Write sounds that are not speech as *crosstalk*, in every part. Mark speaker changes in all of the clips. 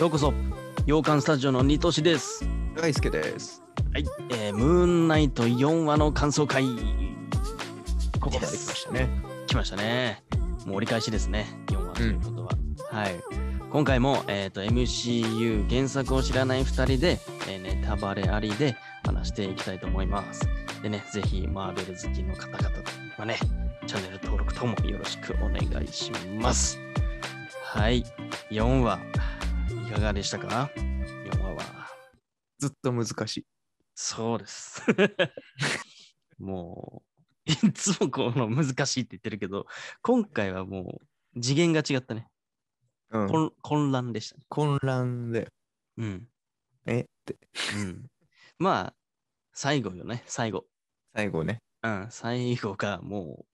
Speaker 1: ようこそ洋館スタジオのニトシです
Speaker 2: 大輔です。
Speaker 1: はい、えームーンナイト4話の感想会
Speaker 2: ここまで来ましたね。
Speaker 1: 来ましたねもう折り返しですね4話ということは、はい今回も、えー、と MCU 原作を知らない2人で、えーネタバレありで話していきたいと思いますでねぜひマーベル好きの方々はねチャンネル登録ともよろしくお願いしますはい4話いかがでしたか4話は
Speaker 2: ずっと難しい。
Speaker 1: そうです。 *laughs* もう、いつもこの難しいって言ってるけど、今回はもう次元が違ったね。
Speaker 2: うん
Speaker 1: 混混乱でしたね。
Speaker 2: 混乱で。
Speaker 1: うん。
Speaker 2: えって。
Speaker 1: うん、 *laughs* まあ、最後よね、最後。
Speaker 2: 最後ね。
Speaker 1: うん、最後がもう、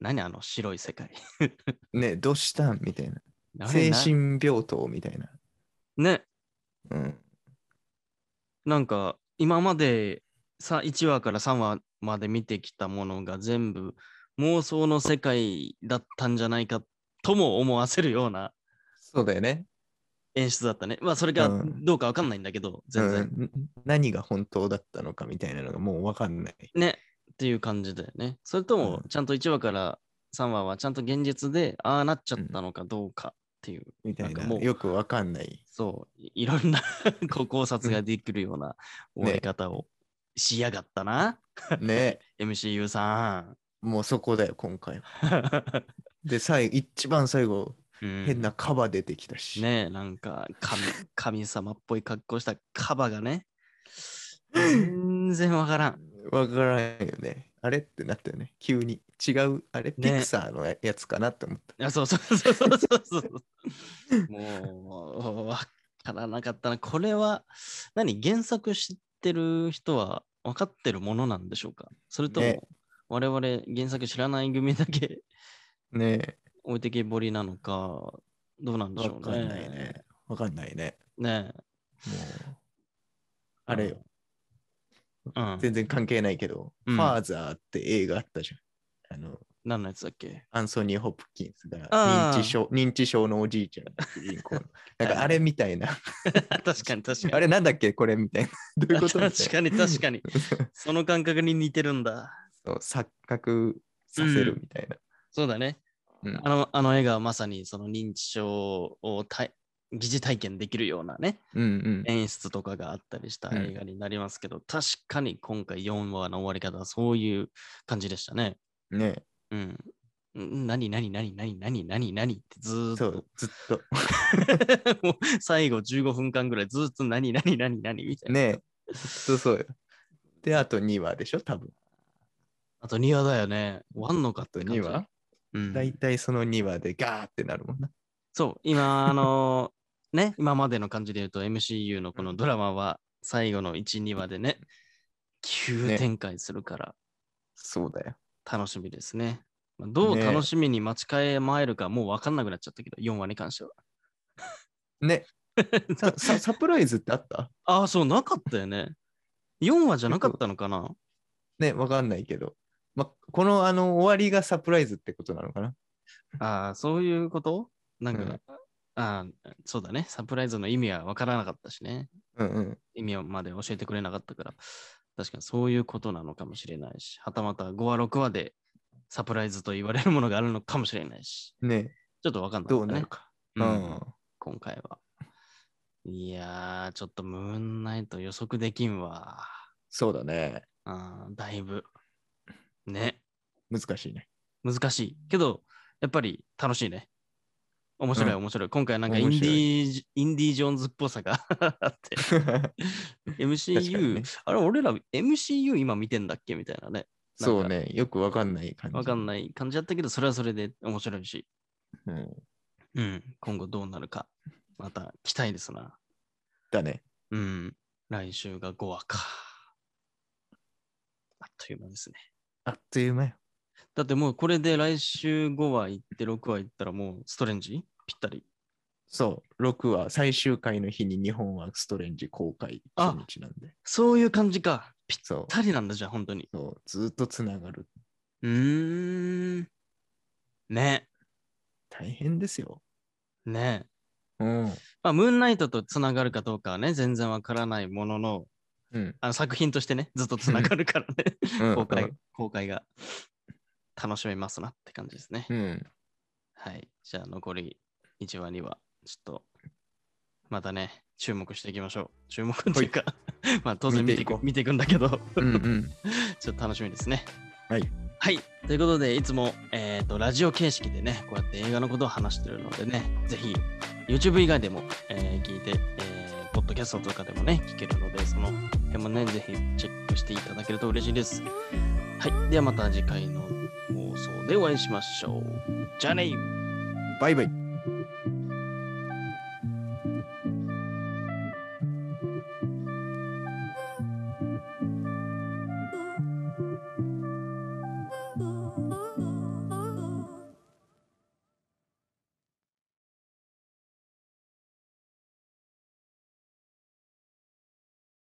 Speaker 1: 何あの白い世界。 *laughs*
Speaker 2: ね、どうしたんみたいな。
Speaker 1: あれ
Speaker 2: 精
Speaker 1: な
Speaker 2: 神病棟みたいな。
Speaker 1: ね、
Speaker 2: うん。
Speaker 1: なんか今までさ1話から3話まで見てきたものが全部妄想の世界だったんじゃないかとも思わせるような
Speaker 2: そうだよね。
Speaker 1: 演出だったね。まあそれが
Speaker 2: うん
Speaker 1: どうかわかんないんだけど、全然、
Speaker 2: うん何が本当だったのかみたいなのがもうわかんない。
Speaker 1: ねっていう感じだよね。それとも
Speaker 2: うん
Speaker 1: ちゃんと1話から3話はちゃんと現実でああなっちゃったのかどうかっていう、
Speaker 2: みたい
Speaker 1: な
Speaker 2: な。
Speaker 1: んかもう
Speaker 2: よくわかんない。
Speaker 1: そういいろんな *laughs* こう考察ができるような
Speaker 2: うん
Speaker 1: 終わり方をしやがったな、
Speaker 2: ね。 *laughs*
Speaker 1: MCU さん。 *laughs*
Speaker 2: もうそこだよ、今回は。で、最後、一番最後、
Speaker 1: うん
Speaker 2: 変なカバ出てきたし。
Speaker 1: ねえ、なんか神神様っぽい格好したカバが
Speaker 2: *laughs*
Speaker 1: ね、全然わからん。
Speaker 2: わからんよね。あれってなったよね。急に。違う、あれ、ピクサーのややつかなって思った。
Speaker 1: あそうそうそうそうそうそう。
Speaker 2: *laughs*
Speaker 1: もう、わからなかったな。これは、何、原作知ってる人は分かってるものなんでしょうかそれとも、
Speaker 2: ね
Speaker 1: 我々原作知らない組だけ *laughs*
Speaker 2: ねえ。
Speaker 1: 置いてけぼりなのか、どうなんでしょ
Speaker 2: わ
Speaker 1: うね。
Speaker 2: かんないね。わかんないね。
Speaker 1: ねえ。
Speaker 2: もう、あれよ。
Speaker 1: うん。
Speaker 2: 全然関係ないけど、
Speaker 1: うん
Speaker 2: ファーザーって映画あったじゃん。あの、
Speaker 1: 何のやつだっけ
Speaker 2: アンソニー・ホプキンスが
Speaker 1: あー
Speaker 2: 認知症、認知症のおじいちゃんの主人
Speaker 1: *laughs*
Speaker 2: 公の。なんかあれみたいな。
Speaker 1: 確かに確かに。
Speaker 2: あれなんだっけこれみたいな。どういうことみたい
Speaker 1: *laughs* 確かに確か
Speaker 2: *laughs*
Speaker 1: に。
Speaker 2: な
Speaker 1: その感覚に似てるんだ。
Speaker 2: そう錯覚させるみたいな。
Speaker 1: そうだね。
Speaker 2: うん
Speaker 1: あのあの映画はまさにその認知症を体疑似体験できるようなね、
Speaker 2: うんうん。
Speaker 1: 演出とかがあったりした
Speaker 2: うん
Speaker 1: 映画になりますけど、確かに今回4話の終わり方はそういう感じでしたね。
Speaker 2: ね
Speaker 1: うん。ん何何何何何何何ってずーっ
Speaker 2: そ
Speaker 1: と
Speaker 2: う、ずっと。
Speaker 1: *laughs* もう最後15分間ぐらいずーっと何何何何みたいな。
Speaker 2: ねずっとそうよ。で、あと2話でしょ多分。
Speaker 1: あと2話だよね。終わんのかっ
Speaker 2: あと
Speaker 1: て
Speaker 2: 2
Speaker 1: 感じ
Speaker 2: 話
Speaker 1: うん、
Speaker 2: 大体その2話でガーってなるもんな。
Speaker 1: そう、今、あの、ね、 *laughs* 今までの感じで言うと MCU のこのドラマは最後の1、2話でね、急
Speaker 2: ね
Speaker 1: 展開するから
Speaker 2: そうだよ。
Speaker 1: 楽しみですね。まあどう
Speaker 2: ね
Speaker 1: 楽しみに待ち替えまえるかもう分かんなくなっちゃったけど、4話に関しては。
Speaker 2: ね。ささサプライズってあった
Speaker 1: *laughs* ああ、そう、なかったよね。4話じゃなかったのかな
Speaker 2: ね、わかんないけど。ま、このあの終わりがサプライズってことなのかな
Speaker 1: ああ、そういうことなんか、
Speaker 2: うん
Speaker 1: ああ、そうだね。サプライズの意味は分からなかったしね。
Speaker 2: うんうん。
Speaker 1: 意味まで教えてくれなかったから、確かにそういうことなのかもしれないし、はたまた5話、6話でサプライズと言われるものがあるのかもしれないし、
Speaker 2: ね、
Speaker 1: ちょっとわかんない、
Speaker 2: どうなるか。う
Speaker 1: うん
Speaker 2: ん。
Speaker 1: 今回は。いやー、ちょっとムーンナイト予測できんわ。
Speaker 2: そうだね。
Speaker 1: あーだいぶ。ね、
Speaker 2: 難しいね。
Speaker 1: 難しい。けど、やっぱり楽しいね。面白い、
Speaker 2: う
Speaker 1: 面白い。今回なんかイン
Speaker 2: 面
Speaker 1: デ
Speaker 2: 白い
Speaker 1: ィージ、インディージョーンズっぽさが *laughs*
Speaker 2: *laughs*
Speaker 1: あって、
Speaker 2: 確か
Speaker 1: MCU、
Speaker 2: にね
Speaker 1: あれ、俺ら MCU 今見てんだっけみたいなね。
Speaker 2: そうね。よくわかんない感じ。
Speaker 1: わかん
Speaker 2: い。
Speaker 1: ない感じだったけど、それはそれで面白いし、
Speaker 2: うん、
Speaker 1: うん、今後どうなるか、また期待ですな。
Speaker 2: だね。
Speaker 1: うん、来週が5話か。あっという間ですね。
Speaker 2: あっという間よ。
Speaker 1: だってもうこれで来週5話行って6話行ったらもうストレンジぴったり。
Speaker 2: そう。6話、最終回の日に日本はストレンジ公開初日なんで。
Speaker 1: そういう感じか。ぴっ
Speaker 2: そう。
Speaker 1: たりなんだじゃん、本当に。
Speaker 2: そうずっとつながる。
Speaker 1: うーん。ね、
Speaker 2: 大変ですよ。
Speaker 1: ね。
Speaker 2: うん。
Speaker 1: まあ、ムーンナイトとつながるかどうかはね、全然わからないものの、
Speaker 2: うん。
Speaker 1: あの作品としてね、ずっとつながるからね、
Speaker 2: うん
Speaker 1: 公開、公開が楽しめますなって感じですね。
Speaker 2: うん。
Speaker 1: はい。じゃあ残り1話には、ちょっと、またね、注目していきましょう。注目っていうか、 *laughs* まあ当然見ていく見ていくんだけど、
Speaker 2: うんうん。
Speaker 1: ちょっと楽しみですね。
Speaker 2: はい。
Speaker 1: はい。ということで、いつも、えー、とラジオ形式でね、こうやって映画のことを話してるのでね、ぜひ、YouTube 以外でも、えー聞いて、えー、ポッドキャストとかでもね、聞けるので、その辺もね、ぜひチェックしていただけると嬉しいです。はい。ではまた次回の放送でお会いしましょう。じゃあね
Speaker 2: バイバイ。